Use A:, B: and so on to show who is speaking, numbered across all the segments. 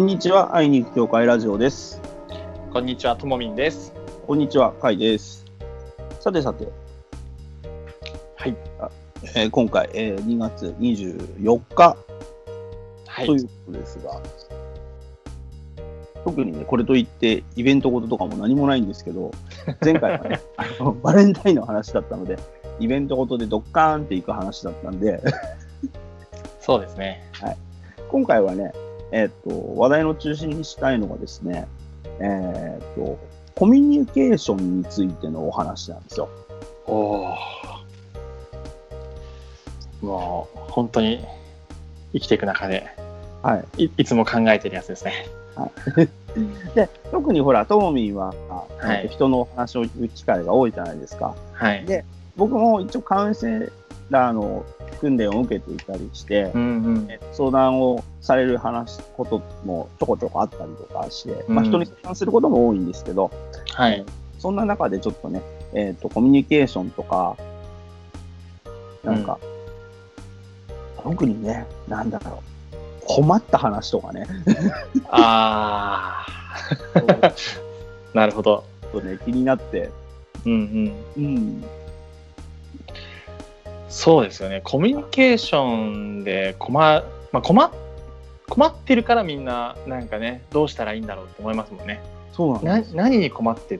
A: にちは、愛に行く教会ラジオです。
B: こんにちは、ともみんです。
A: こんにちは、かいです。さてさて、
B: はい、
A: あえー今回、えー2月24日
B: は
A: ということですが、特にね、これといって、イベントごととかも何もないんですけ ど、前回はね、あのバレンタインの話だったので、イベントごとでドッカーンっていく話だったんで、
B: そうですね。
A: 今回はね、えーっと、話題の中心にしたいのがですね、えーっと、コミュニケーションについてのお話なんですよ。
B: おお。もう、本当に。生きていく中で、
A: はい。
B: い、いつも考えてるやつですね。
A: で、特にほら、ともみんは、
B: はい
A: えーっと人のお話を聞く機会が多いじゃないですか。
B: はい。
A: で僕も一応カウンセラーの訓練を受けていたりして
B: う、んうん。
A: え相談をされる話こともちょこちょこあったりとかして、まあ、
B: うん
A: 人に相談することも多いんですけど、
B: はい。
A: そんな中でちょっとね、えっとコミュニケーションとか、なんか、特にね、なんだろう、困った話とかね、
B: あ
A: ちょっ
B: あ。なるほど。
A: と ね、気になって、
B: うんうん。
A: うん、
B: そうですよね。コミュニケーションで困、まあ、困っ。困ってるからみんななんかねどうしたらいいんだろうって思いますもんね。
A: そうなんです
B: な何に困って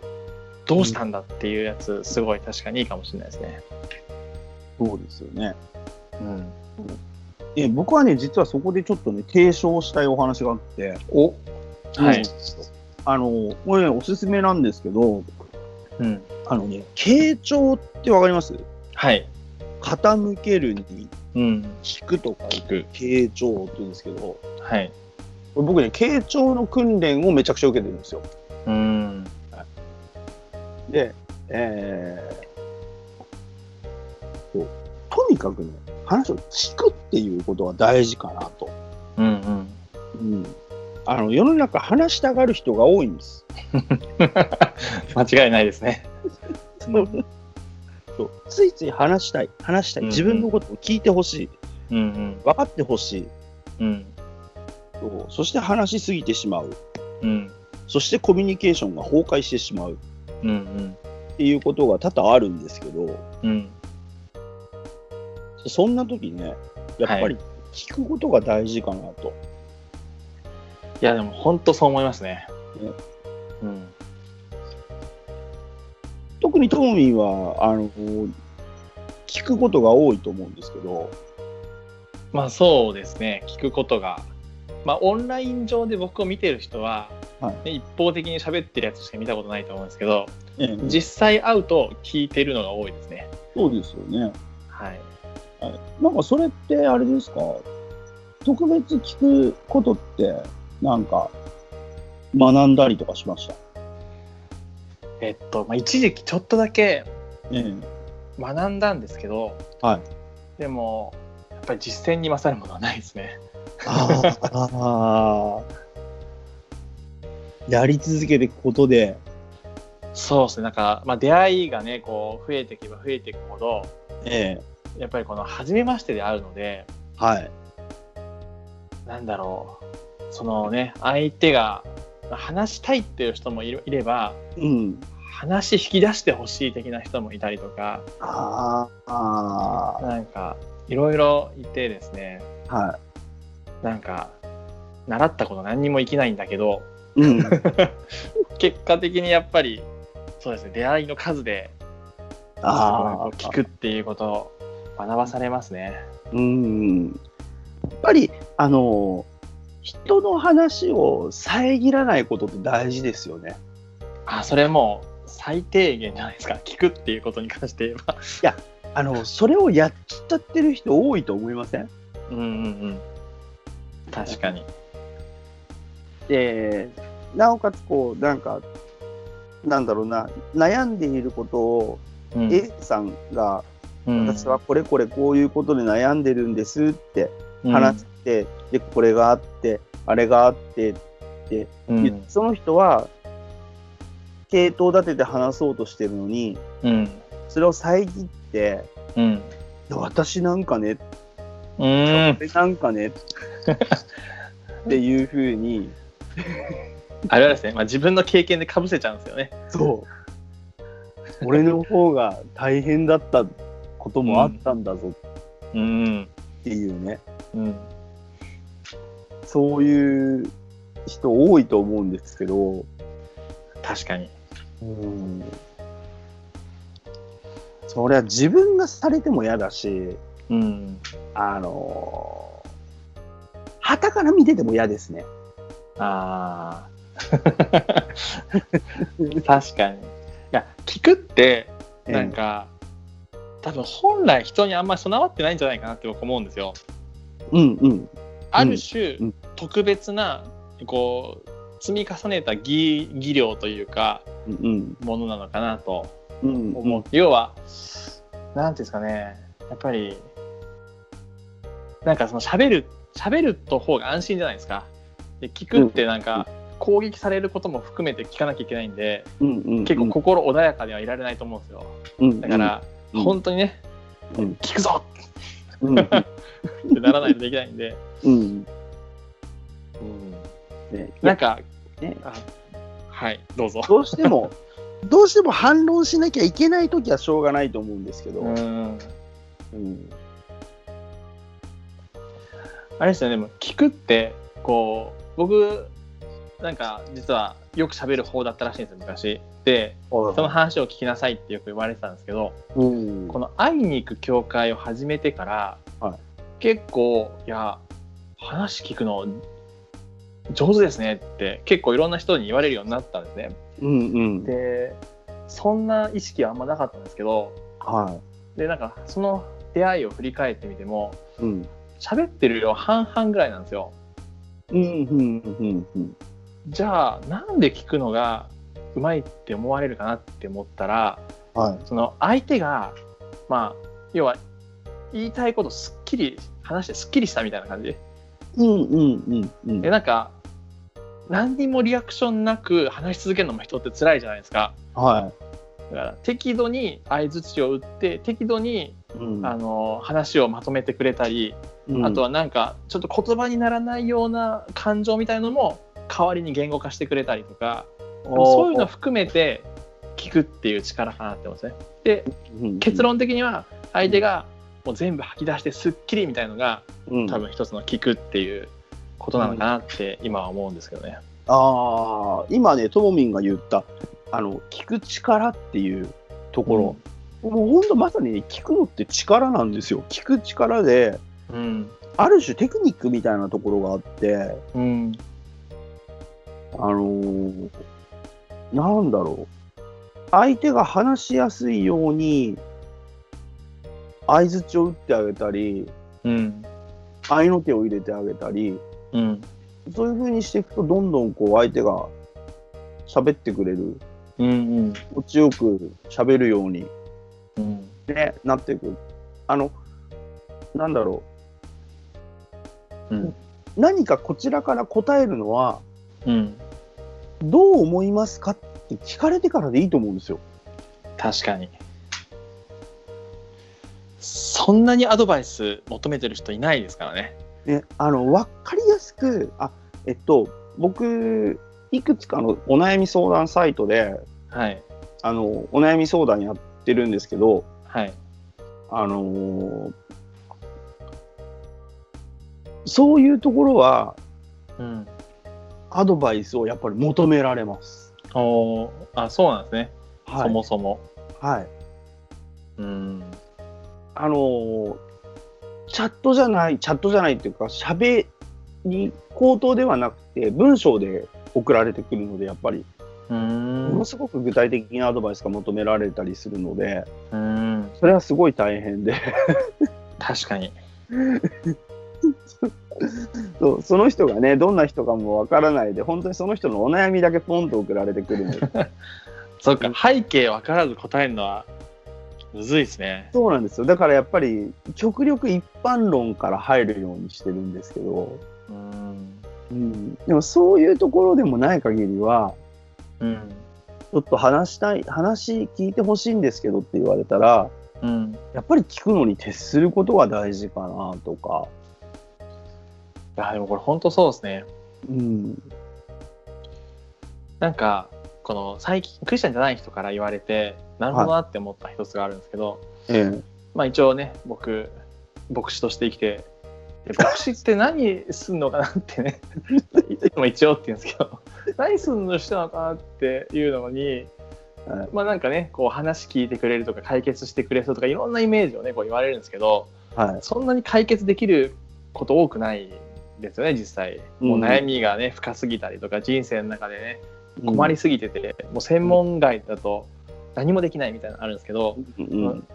B: どうしたんだっていうやつすごい確かにいいかもしれないですね。
A: そうですよね。
B: うん、
A: え僕はね、実はそこでちょっとね、提唱したいお話があって、
B: おはい、
A: あの、これね、おすすめなんですけど、
B: うん、
A: あのね、傾聴ってわかります
B: はい、
A: 傾けるに
B: うん、
A: 聞くとか
B: 聞く、
A: 傾聴って言うんですけど、こ
B: はい、
A: れ僕ね、傾聴の訓練をめちゃくちゃ受けてるんですよ。
B: うん、
A: で、えーそうとにかくね、話を聞くっていうことが大事かなと。
B: うん、 うん、
A: うん。あの、世の中話したがる人が多いんです。
B: 間違いないですね。
A: そうそうついつい話したい、話したい、
B: うんうん
A: 自分のことを聞いてほしい、
B: うん、
A: 分かってほしい
B: うん、うん、
A: そうそして話しすぎてしまう、
B: うん、
A: そしてコミュニケーションが崩壊してしまう
B: うん、うん、
A: っていうことが多々あるんですけど、
B: うん、
A: そんな時ね、やっぱり聞くことが大事かなと。
B: いや、でも本当そう思いますね。うん、
A: 特にトモミンはあの聞くことが多いと思うんですけど、
B: まあそうですね、聞くことが。まあオンライン上で僕を見てる人は、
A: は
B: ね一方的に喋ってるやつしか見たことないと思うんですけど、
A: じ
B: 実際会うと聞いてるのが多いですね。
A: そうですよね。
B: はい。
A: なんかそれってあれですか、特別聞くことって、なんか学んだりとかしました。
B: えっと、まあ、一時期ちょっとだけ
A: ええ
B: 学んだんですけど、
A: はい
B: でもやっぱり実践に勝るものはないですね。
A: ああ。やり続けていくことで、
B: そうですねなんか、まあ、出会いがねこう増えていけば増えていくほど
A: ええ
B: やっぱりこの初めましてで会うので
A: はい。
B: なんだろうそのね相手がまあ話したいっていう人もいるいれば
A: うん。
B: 話引き出してほしい的な人もいたりとか
A: ああ。
B: なんかいろいろいてですね
A: は
B: なんか習ったこと何にもいきないんだけど
A: い。うん。
B: 結果的にやっぱりそうですね出会いの数で
A: ああ。
B: 聞くっていうことを学ばされますね。
A: うん。やっぱり、あの、人の話を遮らないことって大事ですよね。
B: あそれもう最低限じゃないですか聞くっていうことに関して言えば。
A: あの、それをやっちゃってる人多いと思いません
B: うんうんうん、確かに。
A: で、なおかつこう、なんか、なんだろうな、悩んでいることを
B: うん
A: A さんが
B: うん
A: 私はこれこれこういうことで悩んでるんですって話して、でこれがあってあれがあって、
B: うんう
A: でその人は系統立てて話そうとしてるのに
B: ん
A: それを遮って
B: うん
A: 「いや私なんかね
B: うん
A: 俺なんかね」っていうふうに
B: あれはですね、まあ、自分の経験でかぶせちゃうんですよね。
A: そう。俺の方が大変だったこともあったんだぞ
B: うん。
A: っていうね、
B: うん。
A: そういう人多いと思うんですけど、
B: 確かに。
A: うん。そりゃ自分がされても嫌だし、
B: うん。
A: あのはたから見てても嫌ですね。
B: ああ。 確かに。いや、聞くって、なんか、多分本来人にあんまり備わってないんじゃないかなって僕思うんですよ。
A: うんうん。
B: ある種、
A: うんうん
B: 特別なこう積み重ねた技技量というか
A: うん
B: ものなのかなと
A: うん。うん
B: 思う、要は何ていうんですかねやっぱりなんかその喋る喋ると方が安心じゃないですかで聞くってなんか、攻撃されることも含めて聞かなきゃいけないんで
A: うんうん。
B: 結構心穏やかではいられないと思うんですよ
A: うん、
B: だから、
A: うん
B: 本当にね、
A: うん
B: 聞くぞ
A: うん、うん
B: ってならないとできないんで、
A: うん。ね、
B: なんか、
A: ね
B: あはいどうぞ
A: どうしても、どうしても反論しなきゃいけないときはしょうがないと思うんですけど、
B: うん
A: うん
B: あれですよねでも聞くってこう僕なんか実はよく喋る方だったらしいんですよ昔で
A: そ
B: その話を聞きなさいってよく言われてたんですけど
A: うん
B: この会いに行く教会を始めてから、
A: はい
B: 結構いや話聞くの上手ですねって結構いろんな人に言われるようになったんですね
A: うんうん、
B: でそんな意識はあんまなかったんですけど
A: は
B: でなんかその出会いを振り返ってみても
A: い、うん、
B: 喋ってる量半々ぐらいなんですよ
A: うんうんうんうん
B: じゃあなんで聞くのがうまいって思われるかなって思ったら
A: はい、
B: その相手がまあ要は言いたいことすっきり話してすっきりしたみたいな感じ
A: うんうんうんう
B: で
A: ん、
B: なんか何にもリアクションなく話し続けるのも人って辛いじゃないですか
A: は
B: だから適度に相づちを打って適度に、
A: い、うん
B: あの話をまとめてくれたり、
A: うん
B: あとはなんかちょっと言葉にならないような感情みたいのも代わりに言語化してくれたりとかそういうの含めて聞くっていう力かなって思うんですね。で結、論的には相手がもう全部吐き出してすっきりみたいのが
A: うんうん
B: 多分一つの聞くっていうことなのかなって今は思うんですけどね。
A: ああ、今ね、ともみんが言った、あの、聞く力っていうところ、もう本当まさにね、聞くのって力なんですよ。聞く力で、
B: うん、
A: ある種テクニックみたいなところがあって、
B: うん、
A: あのーなんだろう。相手が話しやすいように、相づちを打ってあげたり、
B: うん、
A: 合いの手を入れてあげたり、
B: うん、
A: そういう風にしていくと、どんどんこう相手が喋ってくれる、
B: うん、
A: 心地よく喋るように
B: うん、
A: ね、なっていく。あの、なんだろ
B: うん、
A: う。何かこちらから答えるのは、
B: うん、
A: どう思いますかって聞かれてからでいいと思うんですよ。
B: 確かに。そんなにアドバイス求めてる人いないですからね。
A: ね、あの、わかりやすく、あ、えっと、僕、いくつかのお悩み相談サイトで、
B: はい、
A: あの、お悩み相談やってるんですけど、
B: はい、
A: あのーそういうところは、
B: うん、
A: アドバイスをやっぱり求められます。
B: おーあ、そうなんですね。
A: は
B: そ
A: い。
B: もそも。
A: はい。
B: うん、
A: あのーチャットじゃない、チャットじゃないっていうか、喋り、口頭ではなくて、文章で送られてくるので、やっぱり、
B: う
A: も
B: ん
A: の、すごく具体的なアドバイスが求められたりするので、
B: うん、
A: それはすごい大変で、
B: 確かに。
A: そうその人がね、どんな人かもわからないで、本当にその人のお悩みだけポンと送られてくるので、
B: そっか、背景分からず答えるのは、むずいですね。
A: そうなんですよ。だからやっぱり、極力一般論から入るようにしてるんですけど、
B: うん。
A: うん、でもそういうところでもない限りは、
B: うん。
A: ちょっと話したい、話聞いてほしいんですけどって言われたら、
B: うん。
A: やっぱり聞くのに徹することが大事かなとか、
B: いや、でもこれ本当そうですね。
A: うん、
B: なんかこの最近クリスチャンじゃない人から言われてなるほどなって思った一つがあるんですけど、
A: ええ。
B: まあ一応ね僕牧師として生きて で牧師って何すんのかなってね いつも一応って言うんですけど 何すんのしたのかなっていうのに
A: はい
B: まあなんかねこう話聞いてくれるとか解決してくれそうとかいろんなイメージをねこう言われるんですけど
A: はい。
B: そんなに解決できること多くないですよね実際もう悩みがね深すぎたりとか人生の中でね困りすぎてて、もう専門外だと何もできないみたいなのあるんですけど、
A: うん。うん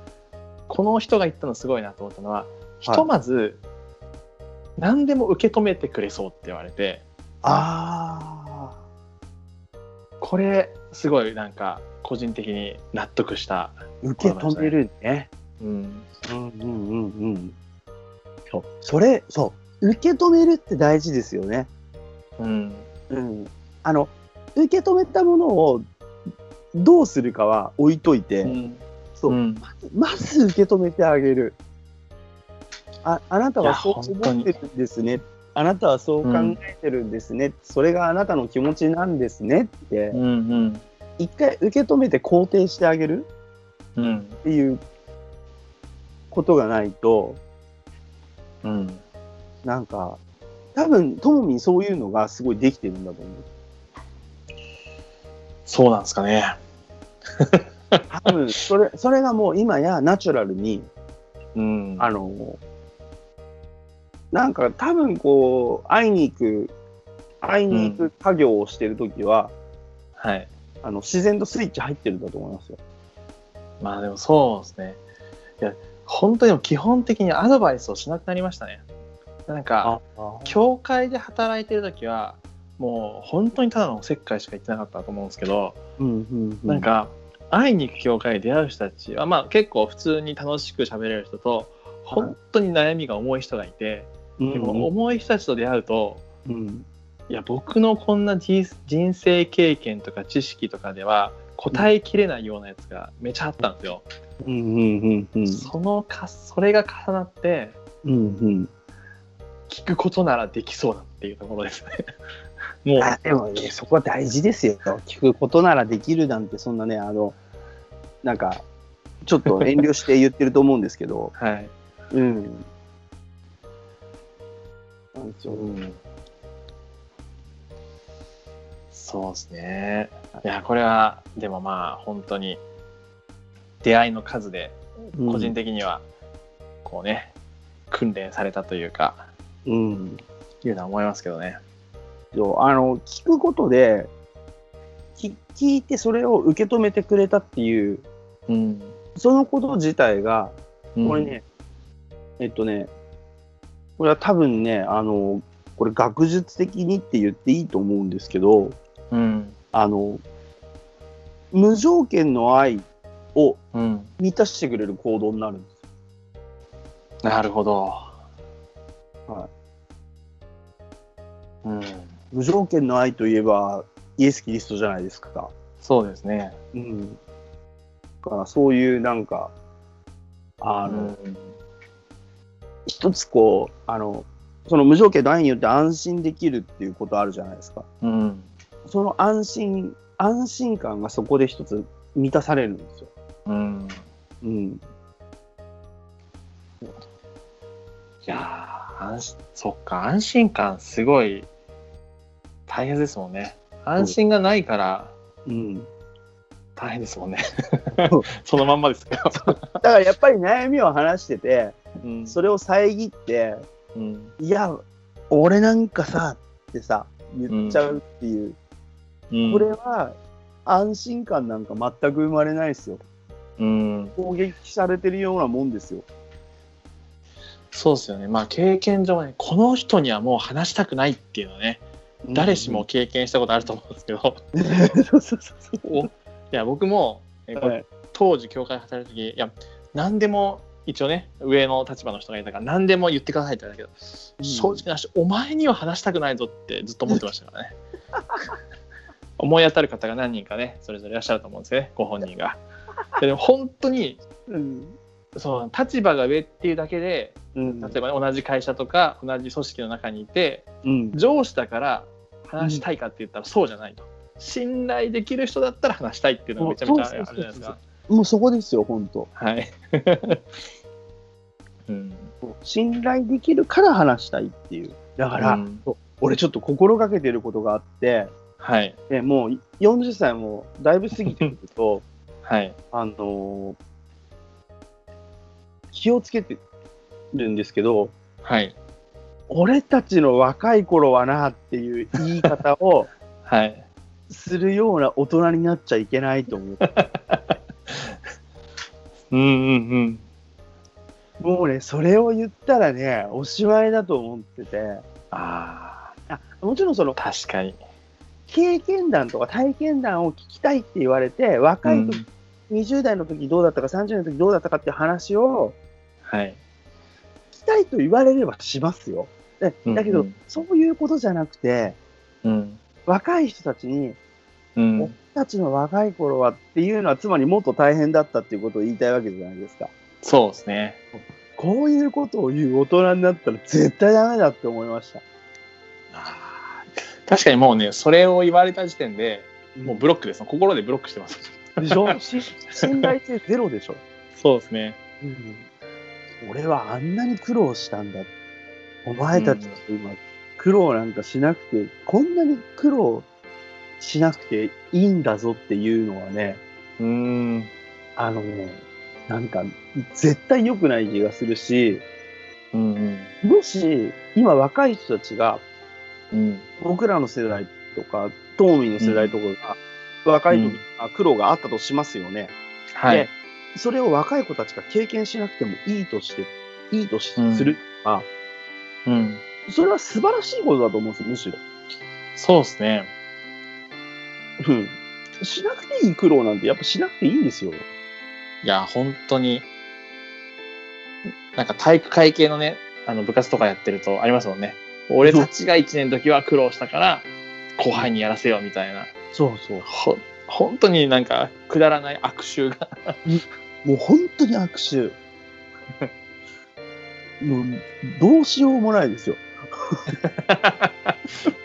B: この人が言ったのすごいなと思ったのは、ひ
A: はい
B: とまず何でも受け止めてくれそうって言われて
A: あ
B: これすごいなんか個人的に納得した、
A: あ、受け止めるね。
B: うん
A: うんうんうんうん。そう。それ、そう。受け止めるって大事ですよね。
B: うん
A: うん。あの、受け止めたものをどうするかは置いといて、
B: うん
A: そう、
B: ん
A: まず受け止めてあげる。ああなたはい
B: や
A: そう
B: 本当
A: 思
B: に
A: ってるんですね。あなたはそう考えてるんですね。それがあなたの気持ちなんですねって、
B: うん
A: 一回受け止めて肯定してあげる
B: うん
A: っていうことがないと、
B: うん
A: なんか、多分、ともみんそういうのがすごいできてるんだと思う。
B: そうなんですかね
A: 多分、それ、それがもう今やナチュラルに、
B: うん
A: あの、なんか多分こう、会いに行く、会いに行く家業をしてるときは、
B: はい
A: あの、自然とスイッチ入ってるんだと思いますよ。
B: まあでもそうですねいや本当にでも基本的にアドバイスをしなくなりましたねなんか教会で働いてる時はもう本当にただのおせっかいしか言ってなかったと思うんですけど、
A: うんうんう
B: なん、か会いに行く教会で出会う人たちはまあ結構普通に楽しく喋れる人と本当に悩みが重い人がいて、
A: うん
B: でも重い人たちと出会うと
A: うん
B: いや僕のこんな人人生経験とか知識とかでは答えきれないようなやつがめちゃあったんですよ。
A: うんうんうん
B: そのかそれが重なって
A: うんうん。
B: 聞くことならできそうだっていうとこ ろですね。もう、
A: あでも、ね、そこは大事ですよ。聞くことならできるなんて、そんなね、あの、なんか、ちょっと遠慮して言ってると思うんですけど
B: はい、
A: うん。なんですよ
B: うんそうですね。いや、これは、でもまあ、本当に、出会いの数で、個人的には、こうね、訓練されたというか、
A: うん。
B: いうのは思いますけどね。
A: そうあの、聞くことで、き聞いてそれを受け止めてくれたっていう、
B: うん。
A: そのこと自体が、これね、えっとね、これは多分ね、あの、これ学術的にって言っていいと思うんですけど、
B: うん。
A: あの、無条件の愛を
B: うん。
A: 満たしてくれる行動になるんですよ。
B: なるほど。。
A: はい
B: うん。
A: 無条件の愛といえば、イエス・キリストじゃないですか。
B: そうですね。
A: うん。だからそういうなんか、あ
B: あ
A: の、
B: の、
A: 一つこう、あの、その無条件の愛によって安心できるっていうことあるじゃないですか。
B: うん。
A: その安心、安心感がそこで一つ満たされるんですよ。
B: うん。
A: うん。
B: いやー安心そっか安心感すごい大変ですもんね安心がないから
A: うん。
B: 大変ですもんね
A: そう
B: そのまんまですけど
A: だからやっぱり悩みを話してて、
B: うん
A: それを遮って、
B: うん
A: いや、俺なんかさってさ、言っちゃうっていう、
B: うん
A: これは安心感なんか全く生まれないですよ。
B: うん
A: 攻撃されてるようなもんですよ。
B: そうですよねまあ経験上はねこの人にはもう話したくないっていうのはね誰しも経験したことあると思うんですけど、
A: うん。 そうそうそうそ
B: おいや僕もえ
A: う。
B: これ
A: はい
B: 当時教会で働いた時いや何でも一応ね上の立場の人がいたから何でも言ってくださいって言ったけど、
A: うん
B: 正直な話お前には話したくないぞってずっと思ってましたからね 思い当たる方が何人かねそれぞれいらっしゃると思うんですよねご本人がでも本当に
A: うん。
B: そう立場が上っていうだけで
A: うん
B: 例えばね、同じ会社とか同じ組織の中にいて
A: うん。
B: 上司だから話したいかって言ったらそうじゃないと、信頼できる人だったら話したいっていうのがめちゃめちゃあるじゃないですか。
A: もうそこですよ、本当
B: はい。 うん。
A: 信頼できるから話したいっていう。だから、
B: うん
A: そう俺ちょっと心がけてることがあって、
B: はい。
A: でもう40歳もだいぶ過ぎてくると、
B: はい。
A: あのー気をつけてるんですけど、
B: はい。
A: 俺たちの若い頃はなっていう言い方 を
B: はい。
A: するような大人になっちゃいけないと思う。
B: うんうんうん。
A: もうね、それを言ったらね、おしまいだと思ってて、
B: ああ、
A: あもちろんその
B: 確かに。
A: 経験談とか体験談を聞きたいって言われて、若い時、
B: うん
A: 20代の時どうだったか、30代の時どうだったかっていう話を
B: はい。
A: 聞きたいと言われればしますよ。で
B: うん
A: だけど、
B: うん
A: そういうことじゃなくて、
B: うん。
A: 若い人たちに、
B: うん。
A: 僕たちの若い頃はっていうのは、つまりもっと大変だったっていうことを言いたいわけじゃないですか。
B: そうですね。
A: こういうことを言う大人になったら絶対ダメだって思いました。
B: あー確かにもうね、それを言われた時点で、もうブロックです。心でブロックしてます。
A: でしょし 信頼性ゼロでしょ、
B: そうですね。
A: 俺はあんなに苦労したんだ。お前たちは今、苦労なんかしなくて、こんなに苦労しなくていいんだぞっていうのはね、
B: うん。
A: あのね、なんか絶対良くない気がするし、
B: うんうん。
A: もし今若い人たちが
B: うん。
A: 僕らの世代とか、東民の世代とかが、若い時、
B: うん
A: あ苦労があったとしますよね。
B: は
A: で
B: い。
A: それを若い子たちが経験しなくてもいいとして、いいとし
B: うん
A: する、
B: うん。
A: それは素晴らしいことだと思うんですよ、むしろ。
B: そうですね。
A: うん。しなくていい苦労なんて、やっぱしなくていいんですよ。
B: いや、本当に、なんか体育会系のね、あの部活とかやってるとありますもんね。俺たちが1年の時は苦労したから、後輩にやらせようみたいな。
A: そうそう。
B: ほ本当になんかくだらない悪臭が。
A: もう本当に握手。 もう、どうしようもないですよ。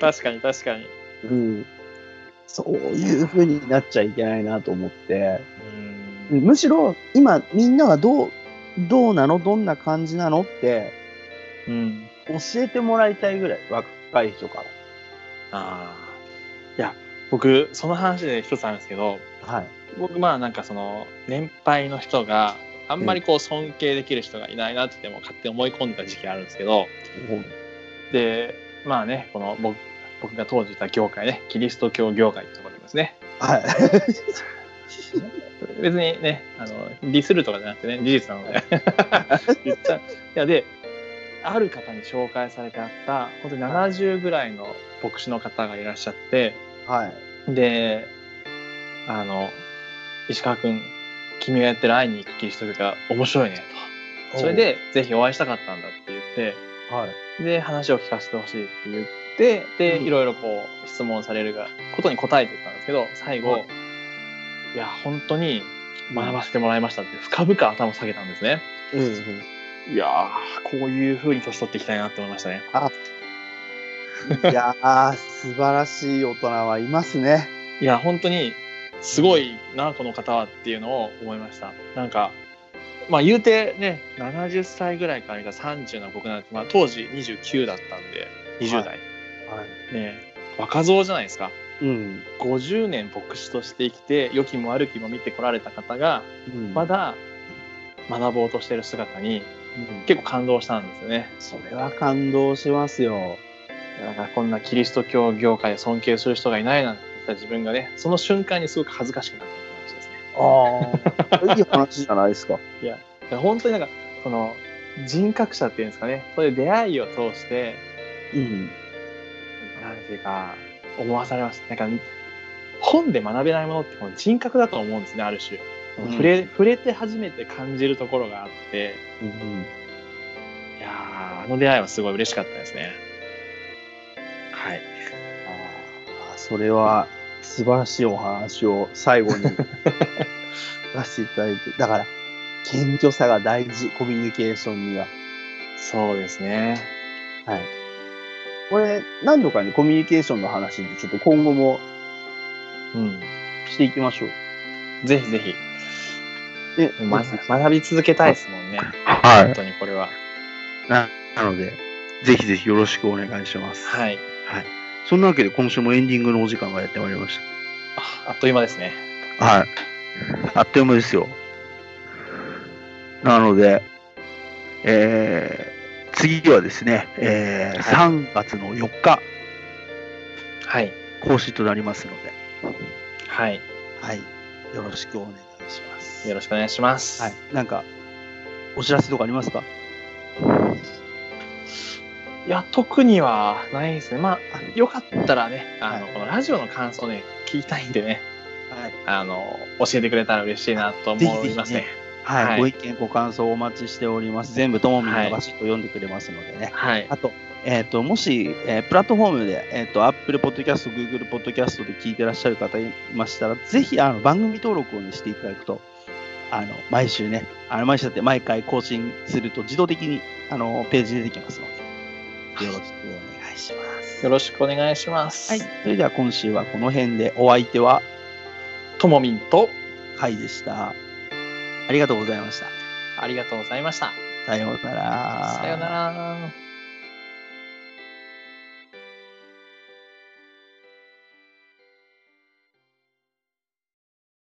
B: 確かに確かに。
A: うん。そういう風になっちゃいけないなと思って。
B: うん。
A: むしろ、今、みんなはどう、どうなのどんな感じなのって、
B: うん。
A: 教えてもらいたいぐらい、若い人か
B: ああ。いや、僕、その話で一つあるんですけど、
A: ら。はい。
B: 僕まあなんかその年配の人があんまりこう尊敬できる人がいないなってでも勝手に思い込んでた時期があるんですけどでまあねこの僕僕が当時いた業界ねキリスト教業界ってところですね
A: はい。
B: 別にねあのディスるとかじゃなくてね事実なので言っちゃういやである方に紹介されてあった本当に70ぐらいの牧師の方がいらっしゃって
A: はい。
B: であの石川君君がやってる会いに行くキリスト教が面白いねと。それ、で、ぜひお会いしたかったんだって言っ
A: はい。
B: て、で、話を聞かせてほしいって言って、で、
A: うん
B: いろいろこう、質問されるが、ことに答えてたんですけど、最後、
A: はい
B: い、や、本当に学ばせてもらいましたって、深々頭を下げたんですね。
A: うんうん。
B: いやー、こういう風に年取っていきたいなって思いましたね。
A: いやー、素晴らしい大人はいますね。
B: いや、本当に、すごいな、この方はっていうのを思いました。なんか、まあ言うてね、70歳ぐらいから見た30の僕なんて、まあ当時29だったんで、20代。
A: はは
B: ねえ若造じゃないですか
A: い。うん。
B: 50年牧師として生きて良きも悪きも見てこられた方がま、だ学ぼうとしてる姿に結構感動したんですよね
A: それは感動しますよ。
B: だからこんなキリスト教業界で尊敬する人がいないなんて言った自分がねその瞬間にすごく恥ずかしくなったって話ですね
A: ああ。 いい話じゃないですか。
B: だから本当になんかその人格者っていうんですかねそういう出会いを通して
A: うん。
B: なんていうか思わされましたなんか本で学べないものってこの人格だと思うんですねある種、
A: うん
B: 触れ触れて初めて感じるところがあって
A: うん。
B: いやーあの出会いはすごい嬉しかったですねはい
A: ああ、それは素晴らしいお話を最 後に出していただいて。だから、謙虚さが大事、コミュニケーションには。
B: そうですね
A: はい。これ、何度かね、コミュニケーションの話で、ちょっと今後も
B: うん、
A: していきましょう。
B: ぜひぜひ、
A: で、
B: ま学び続けたいですもんね。
A: は
B: 本当にこれは。
A: い。な、なので、ぜひぜひよろしくお願いします。
B: はい。
A: はい。そんなわけで今週もエンディングのお時間がやってまいりまし
B: ああっという間ですね。
A: た。はい。あっという間ですよ。なので、えー、次はですね、えー、
B: は
A: 3月の4日
B: はい。
A: 更新となりますので、
B: はい。
A: はい。よろしくお願いします。
B: よろしくお願いします。
A: はい。なんか、お知らせとかありますか
B: いや、特にはないですね。まあ、よかったらね、あの、このラジオの感想ね、聞きたいんでね、
A: はい。
B: あの、教えてくれたら嬉しいなと思いますね。
A: ぜはい、
B: はい
A: ご意見、ご感想お待ちしております。全部ともみん
B: は
A: が
B: い
A: バシッと読んでくれますのでね。
B: はい。
A: あと、えっ、と、もし、えープラットフォームで、えっ、と、Apple Podcast、Google Podcast で聞いてらっしゃる方いましたら、ぜひ、あの、番組登録を、ね、していただくと、あの、毎週ね、あの、毎週だって毎回更新すると自動的に、あの、ページ出てきますので、よろしくお願いします。
B: よろしくお願いします。
A: はい。それでは今週はこの辺で、お相手は、
B: ともみんと、
A: カイでした。ありがとうございました。
B: ありがとうございました。
A: さようなら。
B: さようなら。